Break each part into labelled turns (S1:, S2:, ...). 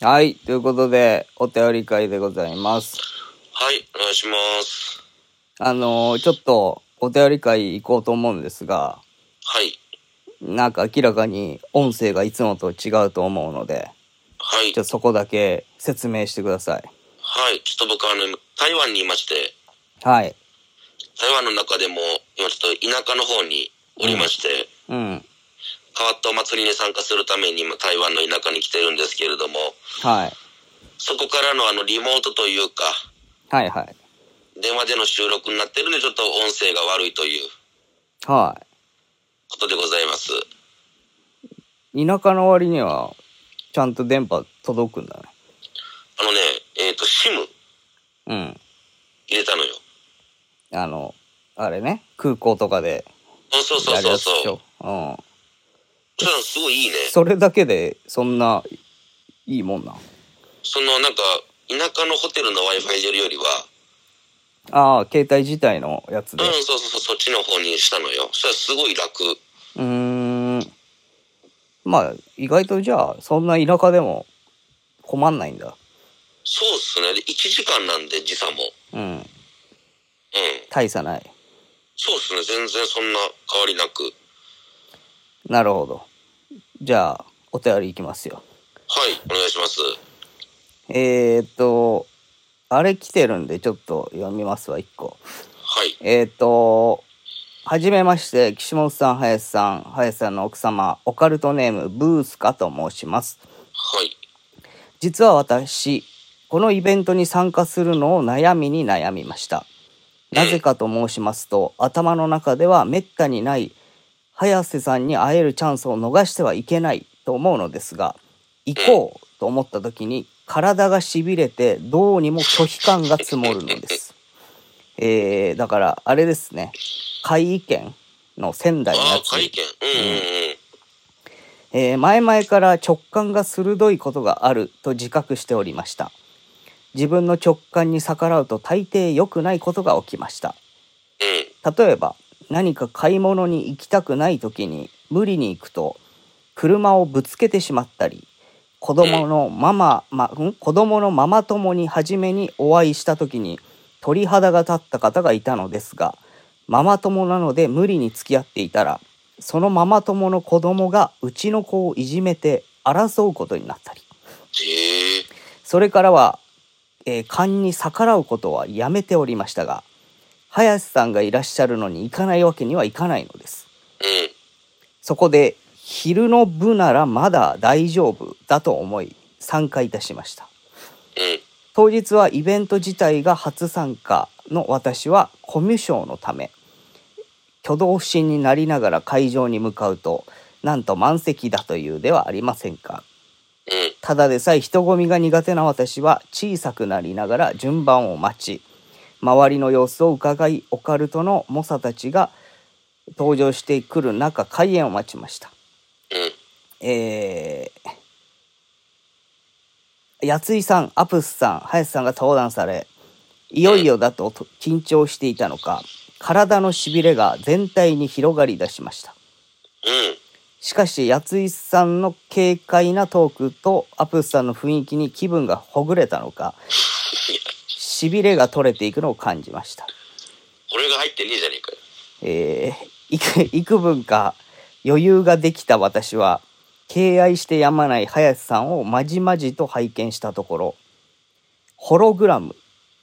S1: はい。ということで、お便り会でございます。
S2: はい、お願いします。
S1: あのーちょっと、お便り会行こうと思うんですが、
S2: はい、
S1: なんか明らかに音声がいつもと違うと思うので、
S2: は
S1: ち
S2: い
S1: ょっと、そこだけ説明してください。
S2: はい、ちょっと僕あの、今台湾にいまして、
S1: はい。
S2: 台湾の中でも、今ちょっと田舎の方におりまして、
S1: うん。
S2: 変わったお祭りに参加するために今台湾の田舎に来てるんですけれども、
S1: はい。
S2: そこからのあの、リモートというか、
S1: はいはい。
S2: 電話での収録になってるんで、ちょっと音声が悪いという
S1: は
S2: ことでございます。
S1: い。田舎の割には、ちゃんと電波届くんだね。
S2: あのね、えっ、と、SIM
S1: うん。
S2: 入れたのよ。
S1: あの、あれね、空港とかで
S2: あそうそう
S1: やる
S2: そ
S1: や
S2: う
S1: つ
S2: そ
S1: でし
S2: う。
S1: ょ。うん。
S2: それはすごいいいね。
S1: それだけで、そんな、いいもんなん。
S2: そのなんか、田舎のホテルの Wi-Fi 入れるよりは、
S1: ああ、携帯自体のやつで。
S2: うん、そうそうそう、そっちの方にしたのよ。それはすごい楽。
S1: うーん。まあ、意外とじゃあ、そんな田舎でも困んないんだ。
S2: そうっすね。で、1時間なんで、時差も。
S1: うん。
S2: うん。
S1: 大差ない。
S2: そうっすね。全然そんな変わりなく。
S1: なるほど。じゃあ、お便りいきますよ。
S2: はい、お願いします。
S1: えー、っと、あれ来てるんで、ちょっと読みますわ、一個。
S2: はい。
S1: えーっと、はじめまして、岸本さん、林さん、林さんの奥様、オカルトネーム、ブースカと申します。
S2: はい。
S1: 実は私このイベントに参加するのを悩みに悩みましたなぜかと申しますと頭の中ではめったにない早瀬さんに会えるチャンスを逃してはいけないと思うのですが行こうと思った時に体がしびれてどうにも拒否感が積もるのです、えー、だからあれですね会意見の仙台の
S2: あ
S1: や
S2: あ、
S1: つ
S2: 会見。うんうんうん。
S1: えー前々から直感が鋭いことがあると自覚しておりました自分の直感に逆らうと大抵良くないことが起きました
S2: うん。
S1: 例えば何か買い物に行きたくない時に無理に行くと車をぶつけてしまったり子供のママ、ま、ん子供のママ友に初めにお会いした時に鳥肌が立った方がいたのですがママ友なので無理に付き合っていたらそのママ友の子供がうちの子をいじめて争うことになったり
S2: ええ
S1: それからは、えー勘に逆らうことはやめておりましたが、林さんがいらっしゃるのに行かないわけにはいかないのです。
S2: うん。
S1: そこで、昼の部ならまだ大丈夫だと思い、参加いたしました。
S2: うん。
S1: 当日はイベント自体が初参加の私はコミュ障のため挙動不審になりながら会場に向かうとなんと満席だというではありませんか
S2: うん。
S1: ただでさえ人混みが苦手な私は小さくなりながら順番を待ち周りの様子を伺いオカルトの猛者たちが登場してくる中開演を待ちました
S2: うん。
S1: えー、八井さんアプスさん林さんが登壇されいよいよだとと緊張していたのか体のしびれが全体に広がり出しました
S2: うん。
S1: しかし、八井さんの軽快なトークと、アプスさんの雰囲気に気分がほぐれたのか、しびれが取れていくのを感じました。
S2: 俺が入ってねえじゃねえかよ。
S1: えー、幾幾分か余裕ができた私は、敬愛してやまない林さんをまじまじと拝見したところ、ホログラム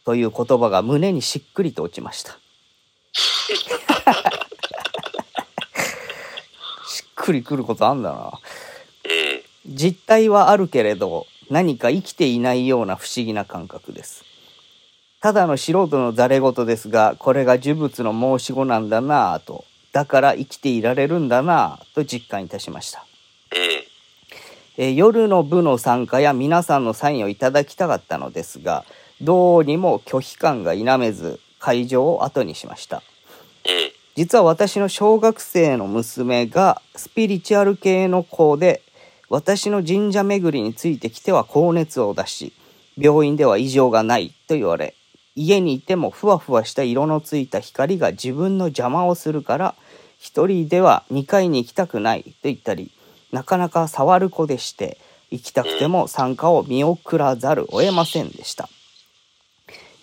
S1: という言葉が胸にしっくりと落ちました。しっくりくることあんだな。
S2: うん。
S1: 実体はあるけれど何か生きていないような不思議な感覚ですただの素人のざれ言ですがこれが呪物の申し子なんだなぁとだから生きていられるんだなぁと実感いたしました、
S2: うん。
S1: えー夜の部の参加や皆さんのサインをいただきたかったのですがどうにも拒否感が否めず会場を後にしました
S2: うん。
S1: 実は私の小学生の娘がスピリチュアル系の子で私の神社巡りについてきては高熱を出し病院では異常がないと言われ家にいてもふわふわした色のついた光が自分の邪魔をするから一人では2階に行きたくないと言ったりなかなか触る子でして行きたくても参加を見送らざるを得ませんでした。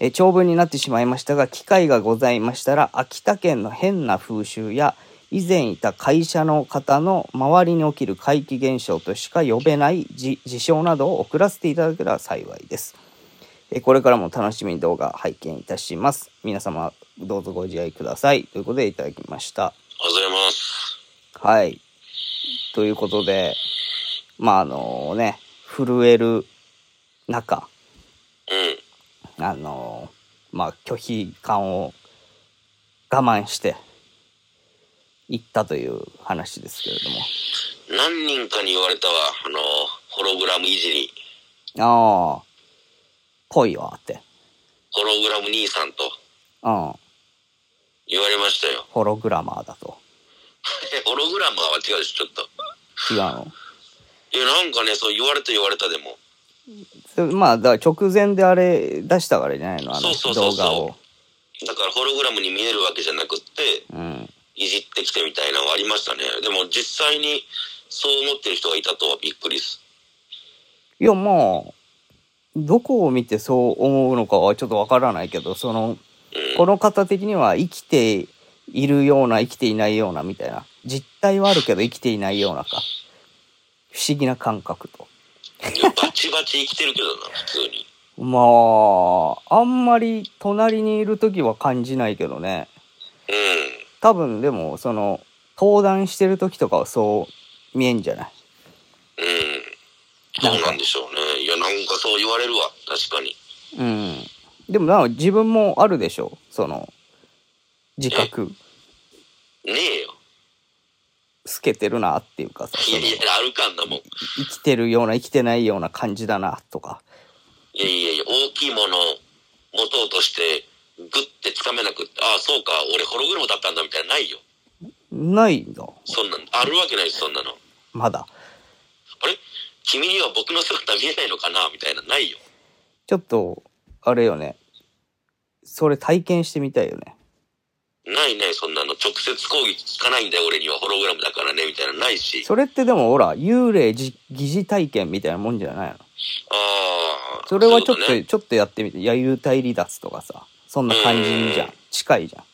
S1: えー長文になってしまいましたが機会がございましたら秋田県の変な風習や以前いた会社の方の周りに起きる怪奇現象としか呼べない事事象などを送らせていただければ幸いです。えーこれからも楽しみに動画拝見いたします。皆様どうぞご自愛ください。ということでいただきました。
S2: ございます。
S1: はい。ということで、まああのね、震える中、
S2: うん。
S1: あのまあ、拒否感を我慢して行ったという話ですけれ
S2: 何人かに言われたわ。あの、ホログラムいじり。
S1: ども、ああ、ぽいわって、
S2: ホログラム兄さんと
S1: うん、
S2: 言われましたよ。
S1: ホログラマーだと。
S2: え、ホログラムは違うでしょ、ちょっと。
S1: 違うの
S2: いや、なんかね、そう言われた言われたでも。
S1: それまあ、だから直前であれ出したからじゃないのあ
S2: そうそ
S1: の
S2: うそ
S1: 動
S2: うそう
S1: 画を。
S2: だからホログラムに見えるわけじゃなくって、
S1: うん。
S2: いじってきてみたいなのはありましたね。でも実際にそう思ってる人がいたとはびっくりです。
S1: いや、まあ、どこを見てそう思うのかはちょっとわからないけど、その、
S2: うん。
S1: この方的には生きているような生きていないようなみたいな実態はあるけど生きていないようなか不思議な感覚と
S2: いやバチバチ生きてるけどな、普通に。
S1: まああんまり隣にいる時は感じないけどね
S2: うん。
S1: 多分でもその登壇してる時とかはそう見えんじゃない
S2: うん。どうなんでしょうね。いや、なんかそう言われるわ。確かに。
S1: うんでもなんか自分もあるでしょその自覚
S2: ねえよ。
S1: 透けてるなっていうかさ
S2: い
S1: そ
S2: や
S1: の
S2: いや、あるかんなもん。い
S1: 生きてるような生きてないような感じだなとか
S2: やいやいや、大きいものを持とうとして、グッてつかめなくって、ああ、そうか、俺ホログラムだったんだみたいな、ないよ。
S1: ないんだ
S2: そんなの。あるわけないです、そんなの。
S1: まだ
S2: あれ君には僕の姿見えないのかなみたいな、ないよ。
S1: ちょっと、あれよね。それ体験してみたいよね。
S2: ないない、そんなの。直接攻撃効かないんだよ、俺にはホログラムだからね、みたいな、ないし。
S1: それってでもほら、幽霊じ疑似体験みたいなもんじゃないの
S2: ああ。
S1: それはちょっ
S2: そう
S1: と、
S2: だね
S1: ちょっとやってみて。幽体離脱とかさ。そんな感じじゃ
S2: うん
S1: ん。近いじゃん。
S2: う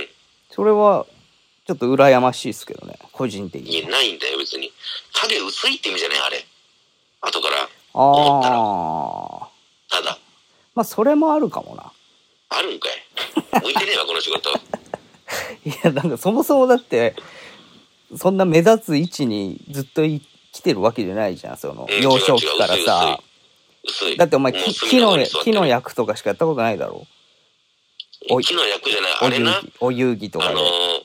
S2: ん。
S1: それは、ちょっと羨ましいですけどね。個人的
S2: い
S1: に
S2: や、。ないんだよ、別に。影薄いって意味じゃない、あれ。後から、思ったら
S1: ああ。
S2: ただ。
S1: まあ、それもあるかもな。
S2: あるんかい。向いてねえ わ、この仕事。
S1: いや、なんかそもそもだって、そんな目立つ位置にずっとい来てるわけじゃないじゃん。その、
S2: うん
S1: 幼少期から
S2: 違う違う
S1: さ。
S2: 薄い。
S1: だってお前
S2: もう
S1: 木
S2: 隅
S1: 木の
S2: 方に座って
S1: 木
S2: る
S1: の役とかしかやったことないだろおい
S2: 木の役じゃない、
S1: お
S2: あれ
S1: 遊
S2: な。
S1: 戯お遊戯と
S2: あ
S1: か
S2: の
S1: で
S2: ー、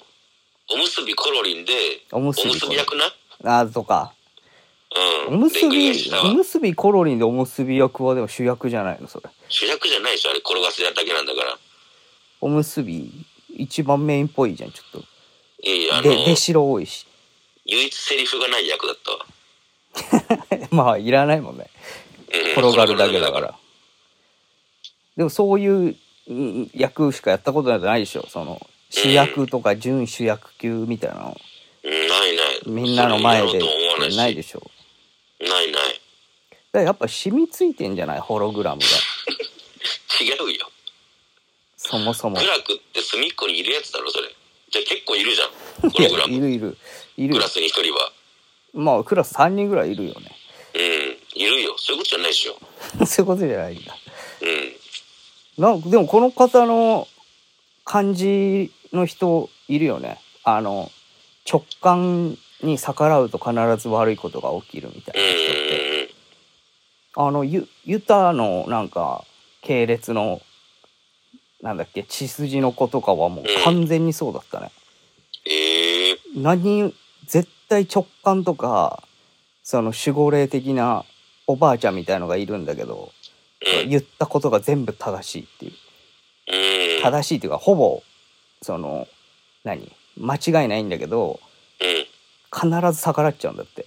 S2: おむすびコロリンで、
S1: おむす
S2: お
S1: び
S2: むすび役な。
S1: あーとか
S2: う
S1: お
S2: ん。
S1: むす
S2: でグリーンし
S1: び
S2: たわ
S1: おむすびコロリンでおむすび役はでも主役じゃないのそれ
S2: 主役じゃないでしょ、あれ、転がすやだけなんだから。
S1: おむすび一番メインっぽいじゃんちょっ
S2: いやいや、あ
S1: と
S2: の
S1: で出
S2: ー、
S1: 城多いし
S2: 唯一セリフがない役だったわ。
S1: まあいらないもんね
S2: うん
S1: 転がるだけだか。らでもそういううん役しかやったことなんてないでしょその主役とか準主役級みたいなの
S2: うんないない。
S1: みんなの前
S2: そ
S1: で
S2: んなのやろうと思わないし。
S1: な
S2: ないい
S1: でしょ
S2: ない。
S1: だからやっぱ染みついてんじゃないホログラムが
S2: 違うよ。
S1: そもそも。
S2: グ
S1: い
S2: ラクって隅っこにいるやつだろ、それ。じゃあ結構いるじゃん。ホログ
S1: や
S2: ラ
S1: い
S2: ム。
S1: るいる。いる
S2: ク
S1: よ
S2: ラ。スに一人は。
S1: まあ、クラス3人ぐらいいるよね。
S2: うん。いるよ。そういうことじゃないでしょ。
S1: そういうことじゃないんだ。
S2: うん。
S1: なんでも、この方の感じの人いるよね。あの、直感に逆らうと必ず悪いことが起きるみた
S2: う
S1: いな人って。
S2: ん。
S1: あの、ゆ、ユタのなんか、系列の、なんだっけ、血筋の子とかはもう完全にそうだったね。
S2: ええー。
S1: 何絶対直感とかその守護霊的なおばあちゃんみたいのがいるんだけど、
S2: うん。
S1: 言ったことが全部正しいっていう
S2: うん。
S1: 正しいっていうかほぼその何間違いないんだけど
S2: うん。
S1: 必ず逆らっちゃうんだって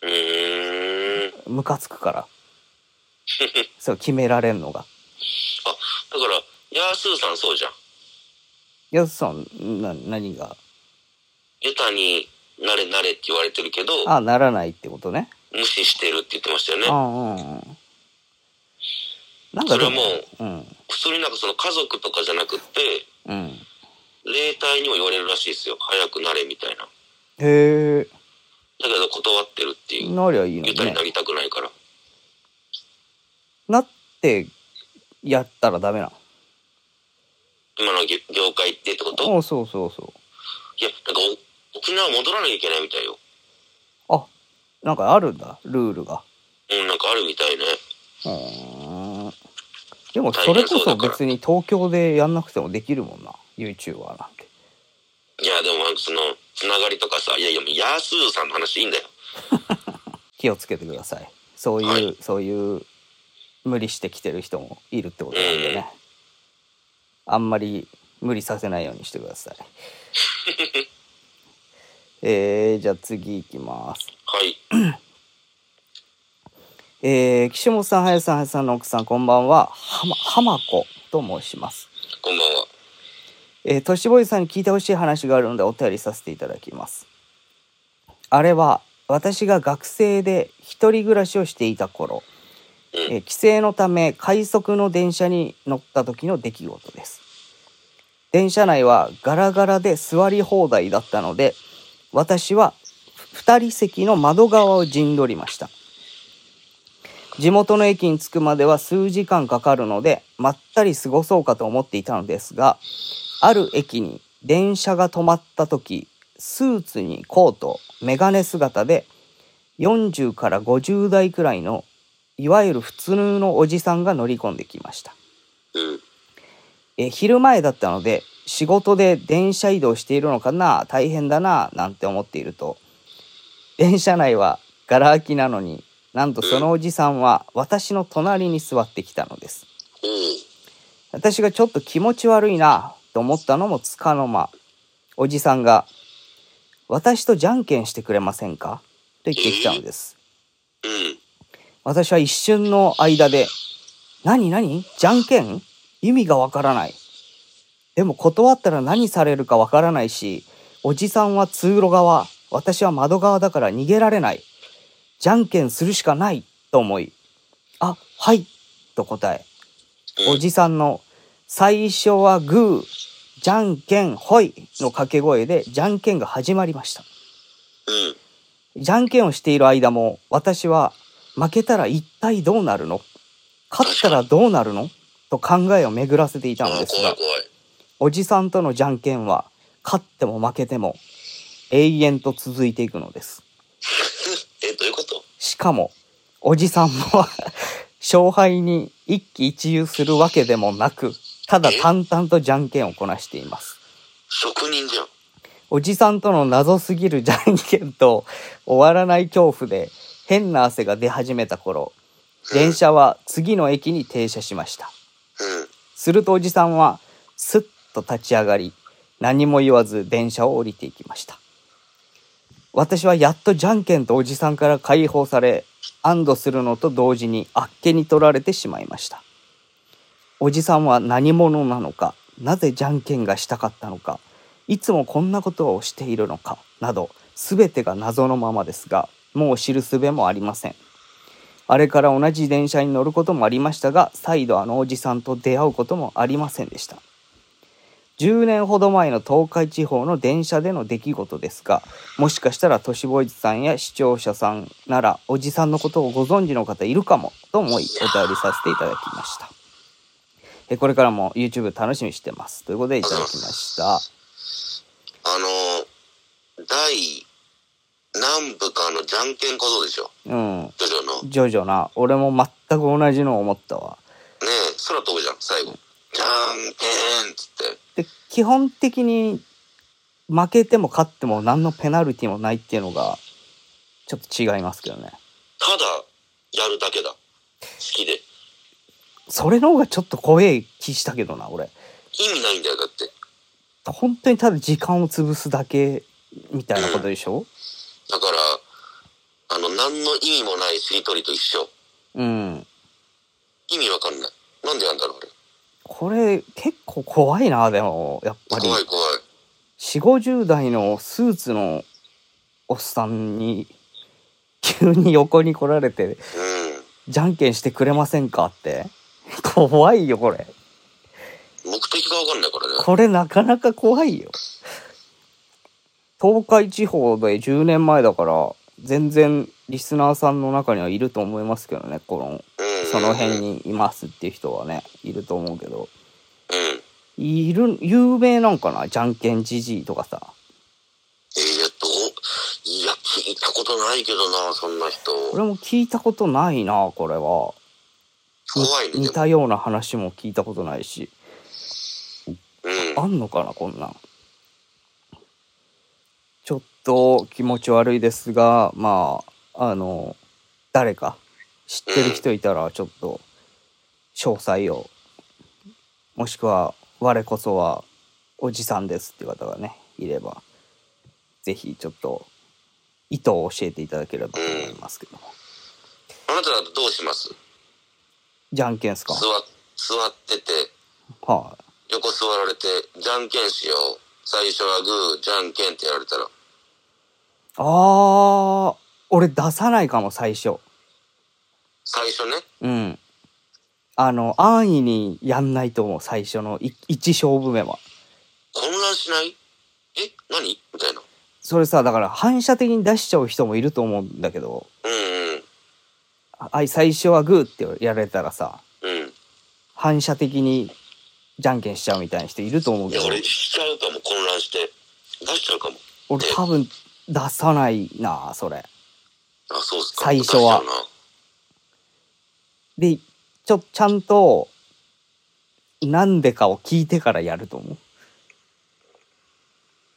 S2: うーん。
S1: ムカつく からそう決められんのが。
S2: だから、ヤースーさんそうじゃん。
S1: やすさんな何が
S2: ユタになれなれって言われてるけど、
S1: ああならないってことね。
S2: 無視してるって言ってましたよね
S1: う。んうんうん。なんか
S2: それ
S1: で
S2: は
S1: も
S2: もう、
S1: うん、
S2: 普通になんかその家族とかじゃなくって、
S1: うん。
S2: 霊体にも言われるらしいですよ。早くなれみたいな。だ
S1: へえ、
S2: けど断ってるっていう。
S1: なりゃいいの
S2: 言っ
S1: に
S2: たり
S1: ね
S2: な。りたくないから。
S1: なって、やったらダメな
S2: 今の業業界ってってこと
S1: の。うん、そうそうそう。
S2: いや、なんかお沖縄戻らなきゃいけないみたいよ。
S1: あ、なんかあるんだ、ルールが。
S2: うん、なんかあるみたいね。
S1: うーん。でも、それこそ別に東京でやんなくてもできるもんな、YouTuber なんて。
S2: いや、でもなんかその、つながりとかさ、いやいや、もう、ヤースーさんの話いいんだよ。
S1: 気をつけてください。そういう、
S2: は
S1: そういう、無理してきてる人もいるってことなんでね。あんまり無理させないようにしてくだ さい。えー、じゃあ次行きます。
S2: はい。
S1: えー、岸本さん、林さん、林さんの奥さん、こんばんは。はま、はまこと申します。
S2: こんばんは。
S1: えー、トシボーイさんに聞いてほしい話があるのでお便りさせていただきます。あれは私が学生で一人暮らしをしていた頃、えー帰省のため快速の電車に乗った時の出来事です。電車内はガラガラで座り放題だったので、私は二人席の窓側を陣取りました。地元の駅に着くまでは数時間かかるので、まったり過ごそうかと思っていたのですが、ある駅に電車が止まった時スーツにコートメガネ姿で40から50代くらいのいわゆる普通のおじさんが乗り込んできました
S2: うん。
S1: え昼前だったので仕事で電車移動しているのかな大変だななんて思っていると電車内はガラ空きなのになんとそのおじさんは私の隣に座ってきたのです
S2: おう。
S1: 私がちょっと気持ち悪いなと思ったのもつかの間おじさんが「私とじゃんけんしてくれませんか?」と言ってきたのです
S2: うん。
S1: 私は一瞬の間で「何何じゃんけん意味がわからない」でも断ったら何されるかわからないしおじさんは通路側私は窓側だから逃げられないじゃんけんするしかないと思い「あはい」と答え
S2: うん
S1: おじさんの最初はグー、じゃんけんほいの掛け声でじゃんけんが始まりました。
S2: うん。
S1: じゃんけんをしている間も私は負けたら一体どうなるの勝ったらどうなるのと考えを巡らせていたの
S2: あ
S1: で
S2: あ、
S1: す
S2: 怖い
S1: が、
S2: 怖い。
S1: おじさんとのじゃんけんは勝っても負けても永遠と続いていくのです。
S2: え、どういうこと
S1: しかも、おじさんも 勝敗に一喜一憂するわけでもなく、ただ淡々とじゃんけんをこなしています。
S2: 職人じゃん。
S1: おじさんとの謎すぎるじゃんけんと終わらない恐怖で変な汗が出始めた頃、電車は次の駅に停車しました。
S2: うん。
S1: するとおじさんはスッと立ち上がり何も言わず電車を降りていきました私はやっとじゃんけんとおじさんから解放され安堵するのと同時にあっけに取られてしまいましたおじさんは何者なのかなぜじゃんけんがしたかったのかいつもこんなことをしているのかなど全てが謎のままですがもう知る術もありませんあれから同じ電車に乗ることもありましたが、再度あのおじさんと出会うこともありませんでした。10年ほど前の東海地方の電車での出来事ですが、もしかしたら都市ボーイズさんや視聴者さんなら、おじさんのことをご存知の方いるかも、と思いお便りさせていただきました。えこれからも YouTube 楽しみにしてます。ということでいただきました。
S2: あのー、第何部かのじゃんけん小僧でしょ。
S1: うん。
S2: ジョジョの。ね
S1: ジョジョな、俺も全く同じのを思ったわ。
S2: え、空飛ぶじゃん、最後。じゃんけんっつって。
S1: で基本的に負けても勝っても何のペナルティもないっていうのがちょっと違いますけどね
S2: ただ、やるだけだ。好きで。
S1: それの方がちょっと怖い気したけどな俺
S2: 意味ないんだよ、だって。
S1: 本当にただ時間を潰すだけみたいなことでしょ
S2: だから、あの、何の意味もないしりとりと一緒。
S1: うん
S2: 意味わかんない。なんでやんだろう、あれ。
S1: これ結構怖いなでもやっぱり
S2: 怖い怖い。
S1: 4 5 0代のスーツのおっさんに急に横に来られて、じゃんけんしてくれませんかって。怖いよ、これ。
S2: うん。目的がわかんないからね。
S1: これなかなか怖いよ。東海地方で10年前だから、全然リスナーさんの中にはいると思いますけどね、この、
S2: うん。
S1: その辺。にいますっていう人はね、いると思うけど。
S2: うん。
S1: いる、有名なんかなじゃんけんじじいとかさ。
S2: えー、どういや、聞いたことないけどな、そんな人。
S1: 俺も聞いたことないな、これは。
S2: 怖いね。
S1: 似たような話も聞いたことないし。
S2: うん。
S1: あんのかな、こんなん。ちょっと気持ち悪いですが、まあ、あの、誰か知ってる人いたら、ちょっと、詳細を、もしくは、我こそは、おじさんですっていう方がね、いれば、ぜひ、ちょっと、意図を教えていただければと思いますけども。
S2: あなただとどうします
S1: じゃんけんっすか
S2: 座座ってて、
S1: は
S2: 横座られて、じゃんけんしよう。最初はグー、じゃんけんってやられたら。
S1: い。あー、俺出さないかも、最初。
S2: 最初ね。
S1: うん。あの、安易にやんないと思う、最初のい一勝負目は。
S2: 混乱しないえ何みたいな。
S1: それさ、だから反射的に出しちゃう人もいると思うんだけど、
S2: うんうん。
S1: ああい、最初はグーってやられたらさ、
S2: うん。
S1: 反射的にじゃんけんしちゃうみたいな人いると思う
S2: い
S1: け
S2: や、
S1: ど、
S2: 俺しちゃうかも、混乱して。出しちゃうかも。
S1: 俺多分出さないな、それ。
S2: あ、そうっすか。
S1: 最初は
S2: 出しちゃうな
S1: で、ちょ、ちゃんと、なんでかを聞いてからやると思う。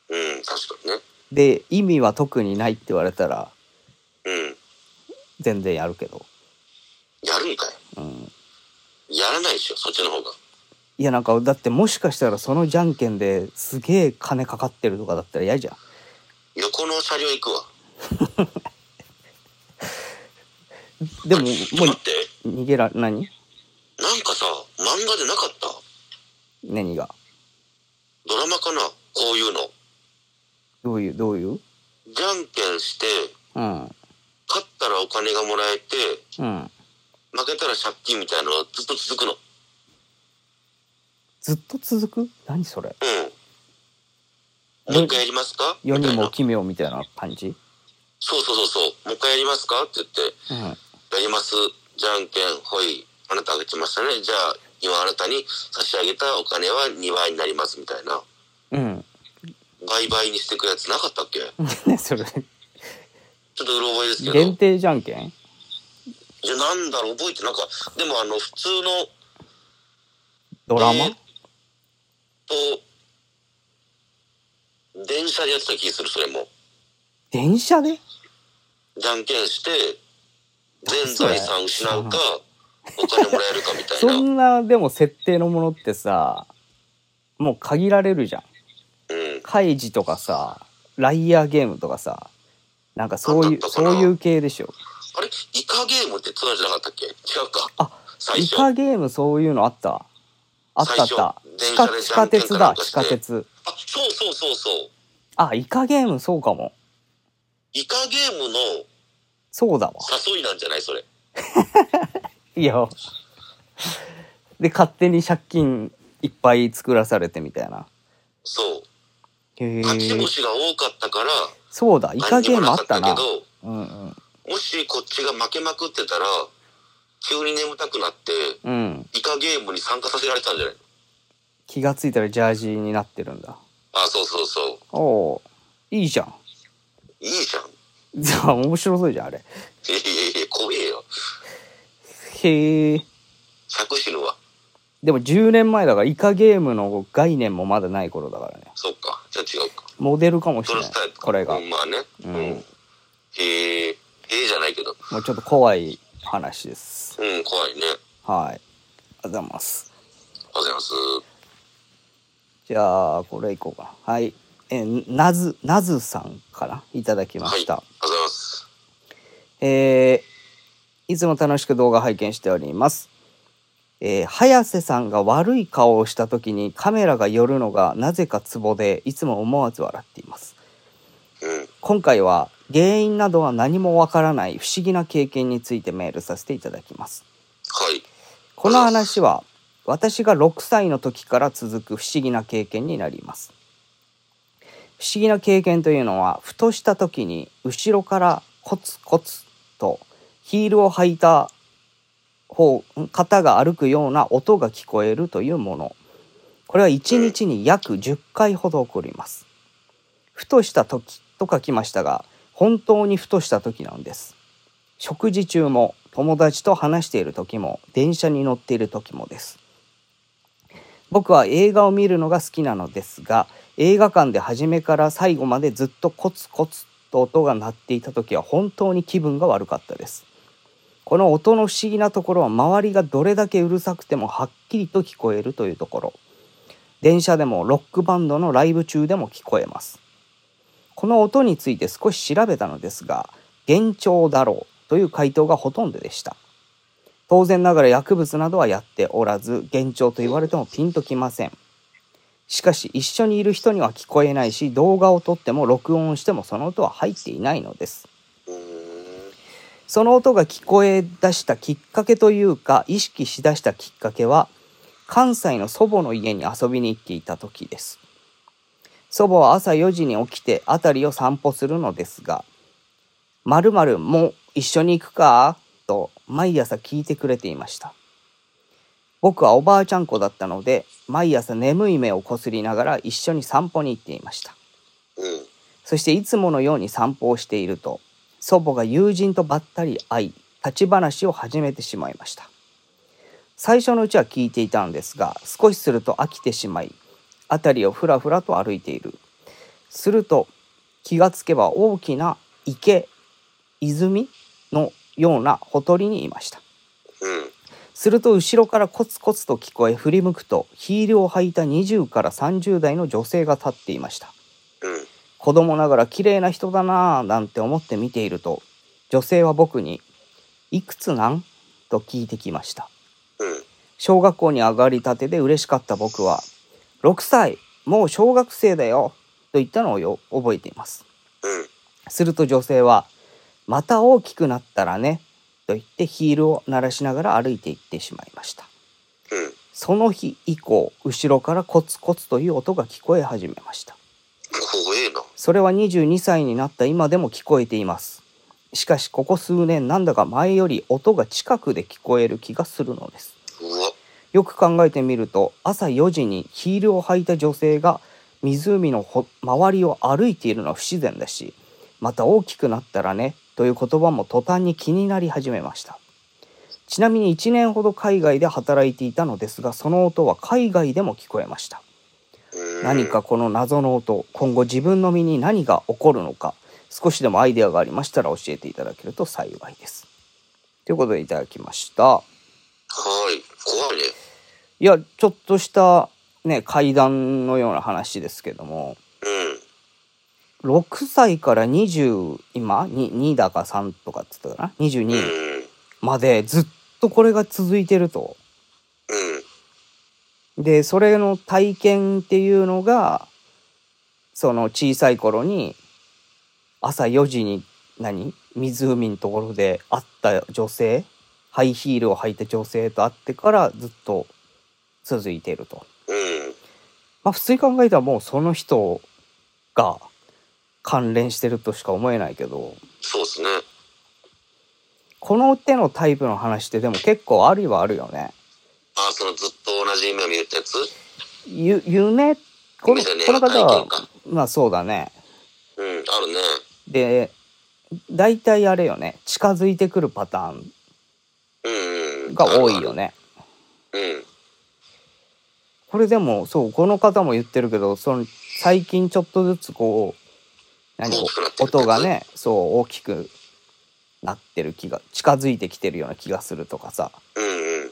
S2: うん、確かにね。
S1: で、意味は特にないって言われたら、
S2: うん。
S1: 全然やるけど。
S2: やるんか
S1: うん。
S2: いやらないでしょ、そっちの方が。
S1: いやなんかだってもしかしたらそのじゃんけんですげえ金かかってるとかだったら嫌じゃん
S2: 横の車両行くわ。
S1: でもも
S2: 待って。
S1: う逃げら何
S2: なんかさ、漫画でなかった
S1: 何が
S2: ドラマかなこういうの。
S1: どういうどういう
S2: じゃんけんして、
S1: うん
S2: 勝ったらお金がもらえて、
S1: うん
S2: 負けたら借金みたいなのがずっと続くの。
S1: ずっと続く何それ
S2: うん。もう一回やりますか
S1: 世
S2: みた
S1: に
S2: いな
S1: も奇妙みたいな感じ
S2: そうそうそうそう。もう一回やりますかって言って、
S1: うん
S2: やります。じゃんけん、ほい。あなたあげてましたね。じゃあ、今あなたに差し上げたお金は2倍になりますみたいな。
S1: うん
S2: 倍々にしていくやつなかったっけちょっ
S1: ねそれ
S2: とうろ覚えですけど。
S1: 限定じゃんけん
S2: いや、なんだろう、覚えて、なんか、でもあの、普通の、
S1: ドラマ
S2: えーと、電車でやってた気する、それも。
S1: 電車で
S2: じゃんけんして、全財産失うか、お金もらえるかみた い
S1: そ
S2: な。うん。
S1: んなでも設定のものってさもう限られるじゃんカイジとかさライアーゲームとかさなんかそうい
S2: なん
S1: う
S2: だったか
S1: そ
S2: な
S1: ういう系でしょ
S2: あれイカゲームってそうなんじゃなかったっけ違うか。
S1: あ
S2: 最
S1: イ
S2: 初。
S1: カゲームそういうのあったあったあった地
S2: 最
S1: 下
S2: 初
S1: 地下鉄だ地下。
S2: 電車でじゃんけんかなんか
S1: 鉄
S2: してあ、そうそうそうそう。
S1: あイカゲームそうかも
S2: イカゲームの
S1: そうだわ
S2: 誘いなんじゃないそれ。
S1: いやで勝手に借金いっぱい作らされてみたいな
S2: そう。
S1: へえ
S2: 勝ち星が多かったから、
S1: そうだイカゲームあった
S2: 何
S1: な
S2: にもかったけど、
S1: うんうん
S2: もしこっちが負けまくってたら、急に眠たくなって、
S1: うん
S2: イカゲームに参加させられてたんじゃない
S1: 気がついたらジャージになってるんだ
S2: あ、そうそうそう。
S1: おおーいいじゃん
S2: いいじゃん。
S1: 面白そうじゃんあれ
S2: いやいやいや、怖えよ。
S1: へえ
S2: 百死ぬわ。
S1: でも10年前だからイカゲームの概念もまだない頃だからね
S2: そっか。じゃあ違うか。
S1: モデルかもし
S2: そ
S1: れ
S2: の
S1: ない
S2: スタイルか。
S1: これが
S2: う
S1: も
S2: んまあね。
S1: う
S2: うんん。へえ、へえじゃないけど。
S1: うちょっと怖い話です
S2: うん、怖いね。
S1: はいありがとうございます
S2: ありがとうございます。
S1: じゃあこれいこうかなはいえーなずなずさんからいただきま
S2: はい。あり
S1: し
S2: が
S1: た、
S2: とうございます。
S1: えーいつも楽しく動画拝見しております。えー早瀬さんが悪い顔をした時にカメラが寄るのがなぜかツボでいつも思わず笑っています。
S2: うん。
S1: 今回は原因などは何もわからない不思議な経験についてメールさせていただきます。
S2: はい。
S1: この話は私が6歳の時から続く不思議な経験になります。不思議な経験というのはふとした時に後ろからコツコツとヒールを履いた方ん方が歩くような音が聞こえるというものこれは1日に約10回ほど起こりますふとした時と書きましたが本当にふとした時なんです食事中も友達と話している時も電車に乗っている時もです僕は映画を見るのが好きなのですが映画館で初めから最後までずっとコツコツと音が鳴っていた時は本当に気分が悪かったですこの音の不思議なところは周りがどれだけうるさくてもはっきりと聞こえるというところ電車でもロックバンドのライブ中でも聞こえますこの音について少し調べたのですが幻聴だろうという回答がほとんどでした当然ながら薬物などはやっておらず幻聴と言われてもピンときませんしかし一緒にいる人には聞こえないし動画を撮っても録音してもその音は入っていないのです
S2: うーん。
S1: その音が聞こえ出したきっかけというか意識しだしたきっかけは関西の祖母の家に遊びに行っていた時です祖母は朝4時に起きて辺りを散歩するのですが「まるも一緒に行くか?」と毎朝聞いてくれていました僕はおばあちゃん子だったので毎朝眠い目をこすりながら一緒に散歩に行っていました
S2: うん。
S1: そしていつものように散歩をしていると祖母が友人とばったり会い立ち話を始めてしまいました最初のうちは聞いていたんですが少しすると飽きてしまい辺りをふらふらと歩いているすると気がつけば大きな池泉のようなほとりにいました
S2: うん。
S1: すると後ろからコツコツと聞こえ振り向くとヒールを履いた20から30代の女性が立っていました
S2: うん。
S1: 子供ながら綺麗な人だなぁなんて思って見ていると女性は僕に「いくつなん?」と聞いてきました
S2: うん。
S1: 小学校に上がりたてで嬉しかった僕は「6歳もう小学生だよ」と言ったのをよ覚えています
S2: うん。
S1: すると女性は「また大きくなったらね」と言ってヒールを鳴らしながら歩いていってしまいました
S2: うん。
S1: その日以降後ろからコツコツという音が聞こえ始めました
S2: 怖えな。
S1: それは22歳になった今でも聞こえています。しかしここ数年なんだか前より音が近くで聞こえる気がするのです。
S2: うわ。
S1: よく考えてみると朝4時にヒールを履いた女性が湖のほ周りを歩いているのは不自然だしまた大きくなったらねという言葉も途端に気になり始めましたちなみに1年ほど海外で働いていたのですがその音は海外でも聞こえました
S2: うん
S1: 何か。この謎の音今後自分の身に何が起こるのか少しでもアイデアがありましたら教えていただけると幸いです。ということでいただきました。
S2: はい。怖いね。
S1: いやちょっとしたね階段のような話ですけども
S2: うん。
S1: 6歳から20今に2だか3とかっつったかな
S2: う
S1: 22
S2: ん。
S1: までずっとこれが続いてると。
S2: うん。
S1: でそれの体験っていうのがその小さい頃に朝4時に何湖のところで会った女性ハイヒールを履いた女性と会ってからずっと続いていると。
S2: うん。
S1: まあ普通に考えたらもうその人が関連してるとしか思えないけど
S2: そうですね。
S1: この手のタイプの話ってでも結構あるはあるよね。
S2: あそのずっと同じ夢を見るってやつ
S1: ゆ夢この
S2: 夢じゃねえ
S1: この
S2: わ
S1: 方
S2: 体
S1: は
S2: 験か
S1: まあそうだね。
S2: うん、あるね。
S1: で大体あれよね近づいてくるパター
S2: うん、うん。
S1: ンが多いよね。
S2: あるある。
S1: これでもそうこの方も言ってるけどその最近ちょっとずつこう何
S2: 大きくなってる
S1: 音がねそう大きくなってる気が近づいてきてるような気がするとかさ
S2: うん。うんうん。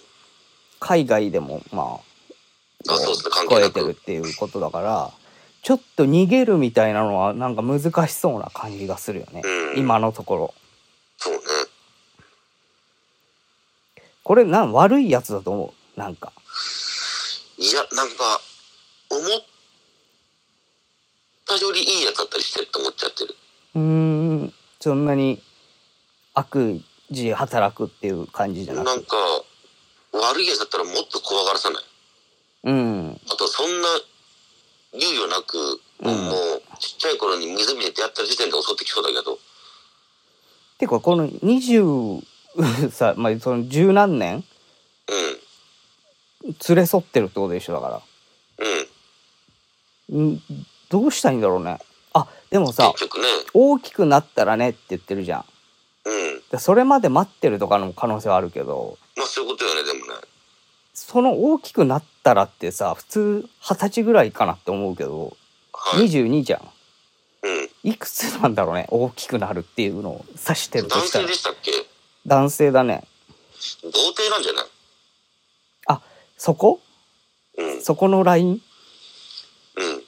S1: 海外でもまあ
S2: あそうですね
S1: 聞
S2: 関
S1: こ
S2: 係
S1: え
S2: なく
S1: てるっていうことだからちょっと逃げるみたいなのはなんか難しそうな感じがするよね
S2: うん
S1: 今のところ。
S2: そうね。
S1: これなん悪いやつだと思うなんか。
S2: いや、なんか、思ったよりいいやつだったりしてって思っちゃってる。
S1: うーんそんなに悪事働くっていう感じじゃな
S2: な
S1: く
S2: んか、悪いやつだったらもっと怖がらさない。
S1: うん
S2: あと、そんな猶予なく、
S1: うん
S2: もう、ちっちゃい頃に湖で出会った時点で襲ってきそうだけど、
S1: てかこの20さ、 まあ、その十何年
S2: う
S1: 連れ添ってるってことでしょだか
S2: ん、うん。
S1: らんどうしたらいいんだろうねあでもさ
S2: 結局ね、
S1: 大きくなったらねって言ってるじゃん
S2: うん。
S1: でそれまで待ってるとかの可能性はあるけど
S2: まあ、そういうことよね、でもね。
S1: その大きくなったらってさ普通二十歳ぐらいかなって思うけど、
S2: はい。
S1: 22じゃん
S2: うん。
S1: いくつなんだろうね大きくなるっていうのを指してると
S2: 男
S1: した
S2: 性
S1: ら
S2: でしたっけ
S1: 男性だね
S2: 童貞なんじゃない
S1: そこ
S2: うん。
S1: そこのライン
S2: うん。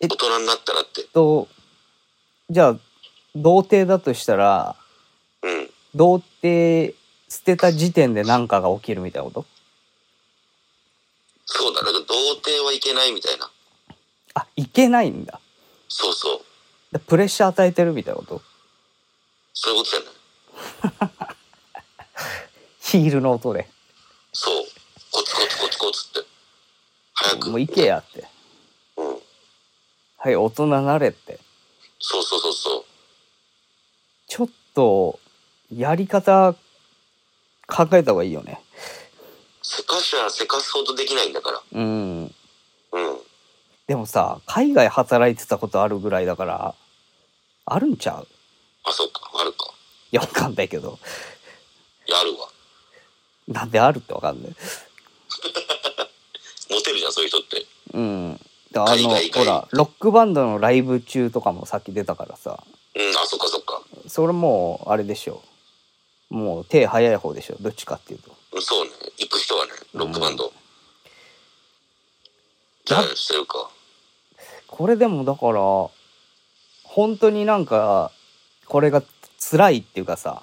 S1: え
S2: 大人になったらって。
S1: とじゃあ童貞だとしたら
S2: うん。
S1: 童貞捨てた時点で何かが起きるみたいなこと
S2: そうだ、だから童貞はいけないみたいな。
S1: あいけないんだ
S2: そうそう。
S1: でプレッシャー与えてるみたいなこと
S2: そういうことじゃない
S1: ヒールの音で
S2: そう。コツコツコツコツって。早く。
S1: もう行けやって
S2: うん。
S1: はい大人なれって
S2: そうそうそうそう。
S1: ちょっとやり方考えた方がいいよね
S2: せかしはせかすほどできないんだから。
S1: うん
S2: うん。
S1: でもさ海外働いてたことあるぐらいだからあるんちゃう
S2: あ、そうか。あるか。
S1: いやわかんないけど
S2: いや、あるわ。
S1: なんであるってわかんない
S2: モテるじゃん、そういう人って。
S1: うん。だからあの、
S2: 海外
S1: ほら、ロックバンドのライブ中とかもさっき出たからさ、
S2: うん、あ、そっかそっか。
S1: それもう、あれでしょ。もう手早い方でしょ。どっちかっていうと。
S2: うんそうね。行く人はね、ロックバンド。じゃ
S1: だ
S2: あ、してるか。
S1: これでもだから、本当になんか、これが辛いっていうかさ、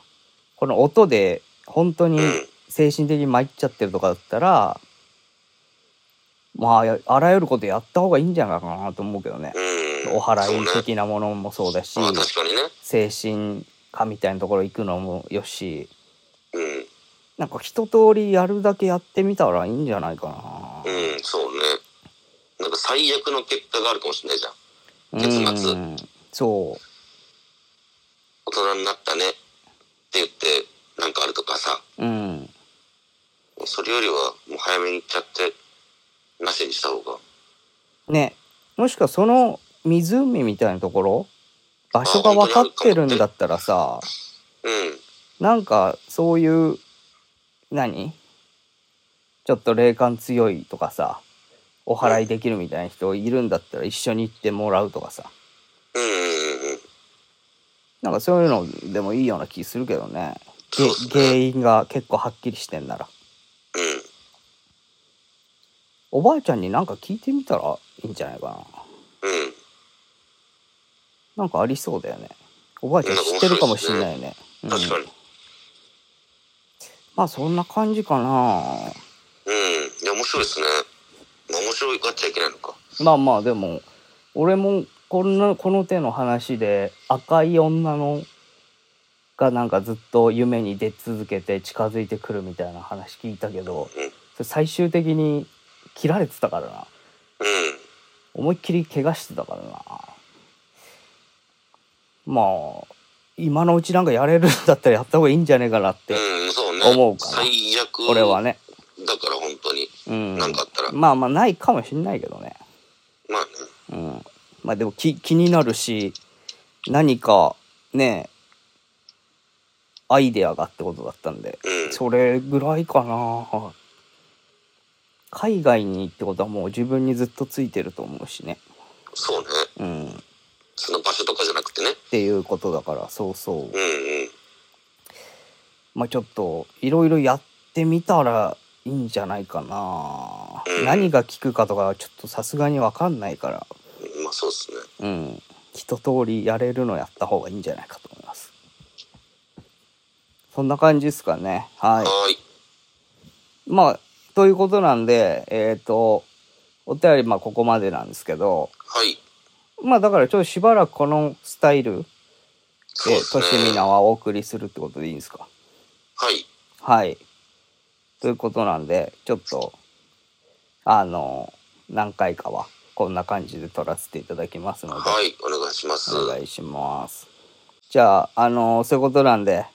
S1: この音で本当に
S2: うん
S1: 精神的に参っちゃってるとかだったら、まあや、あらゆることやった方がいいんじゃないかなと思うけどね。
S2: うん。
S1: お祓
S2: そう
S1: い
S2: ね
S1: 的なものもそうだし、
S2: あ、確かにね。
S1: 精神科みたいなところ行くのもよし
S2: うん。
S1: なんか一通りやるだけやってみたらいいんじゃないか
S2: うん、そうね。なんか最悪の結果があるかもしれないじゃん。
S1: な。
S2: 結末
S1: うん、そ
S2: 大人になったねって言って、なんかあるとかさ。
S1: う、うん、
S2: もうそれよりは、もう早めに行っちゃって、なしにした方が。
S1: ねもしくはその湖みたいなところ場所が分かってるんだったらさ
S2: うん。
S1: なんかそういう何ちょっと霊感強いとかさお祓いできるみたいな人いるんだったら一緒に行ってもらうとかさ
S2: うんうんうんうん。
S1: なんかそういうのでもいいような気するけどね。
S2: そうっすね
S1: げ原因が結構はっきりしてんなら。
S2: うん。
S1: おばあちゃんになんか聞いてみたらいいんじゃないか
S2: うん。
S1: な。なんかありそうだよね。おばあちゃん知ってるかもしんないね。うん
S2: 確かに。
S1: まあそんな感じかな。
S2: うん。いや、面白いですね。まあ面白がっちゃいけないのか。
S1: まあまあでも、俺もこんな、この手の話で赤い女のがなんかずっと夢に出続けて近づいてくるみたいな話聞いたけど、
S2: うん。
S1: それ最終的に切られてたからな。
S2: うん。
S1: 思いっきり怪我してたからなまあ今のうちなんかやれるんだったらやった方がいいんじゃねえかなって
S2: うん、そうね。
S1: 思うかな
S2: 最悪。
S1: 俺はね
S2: だから本当に。
S1: うん
S2: なんかあったら。
S1: まあまあないかもしんないけどね
S2: まあね。
S1: うんまあでもき気になるし何かねアイデアがってことだったんで
S2: うん。
S1: それぐらいかな海外にってことはもう自分にずっとついてると思うしね
S2: そうね。
S1: うんっ
S2: その場所とかじゃなくてね。
S1: ていうことだからそうそう
S2: うんうん。
S1: まあちょっといろいろやってみたらいいんじゃないかな、
S2: うん
S1: 何が効くかとかはちょっとさすがに分かんないから
S2: うんまあそうですね。
S1: うん一通りやれるのやった方がいいんじゃないかと思いますそんな感じですかねはい
S2: はーい。
S1: まあということなんでえっ、とお便りまあここまでなんですけど
S2: はい。
S1: まあだからちょっとしばらくこのスタイル
S2: そう
S1: で、
S2: です
S1: と
S2: ね
S1: しみなはお送りするってことでいいんですか
S2: はい。
S1: はい。ということなんで、ちょっと、あの、何回かは、こんな感じで撮らせていただきますので、
S2: はい。お願いします。
S1: お
S2: は
S1: 願いします。じゃあ、あの、そういうことなんで、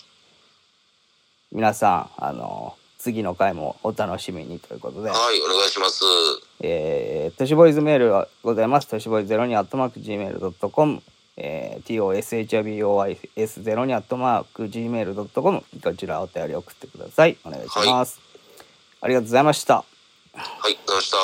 S1: 皆さん、あの、次の回もお楽しみにということで、
S2: い。お願いします。
S1: えー、トシボーイズメールがございます。トシボーイズ0にアットマーク Gmail.com、えー、TOSHIBOIS0 にアットマーク Gmail.com、こちらお便り送ってください。お願いします。ありがとうございました。
S2: はい。どうした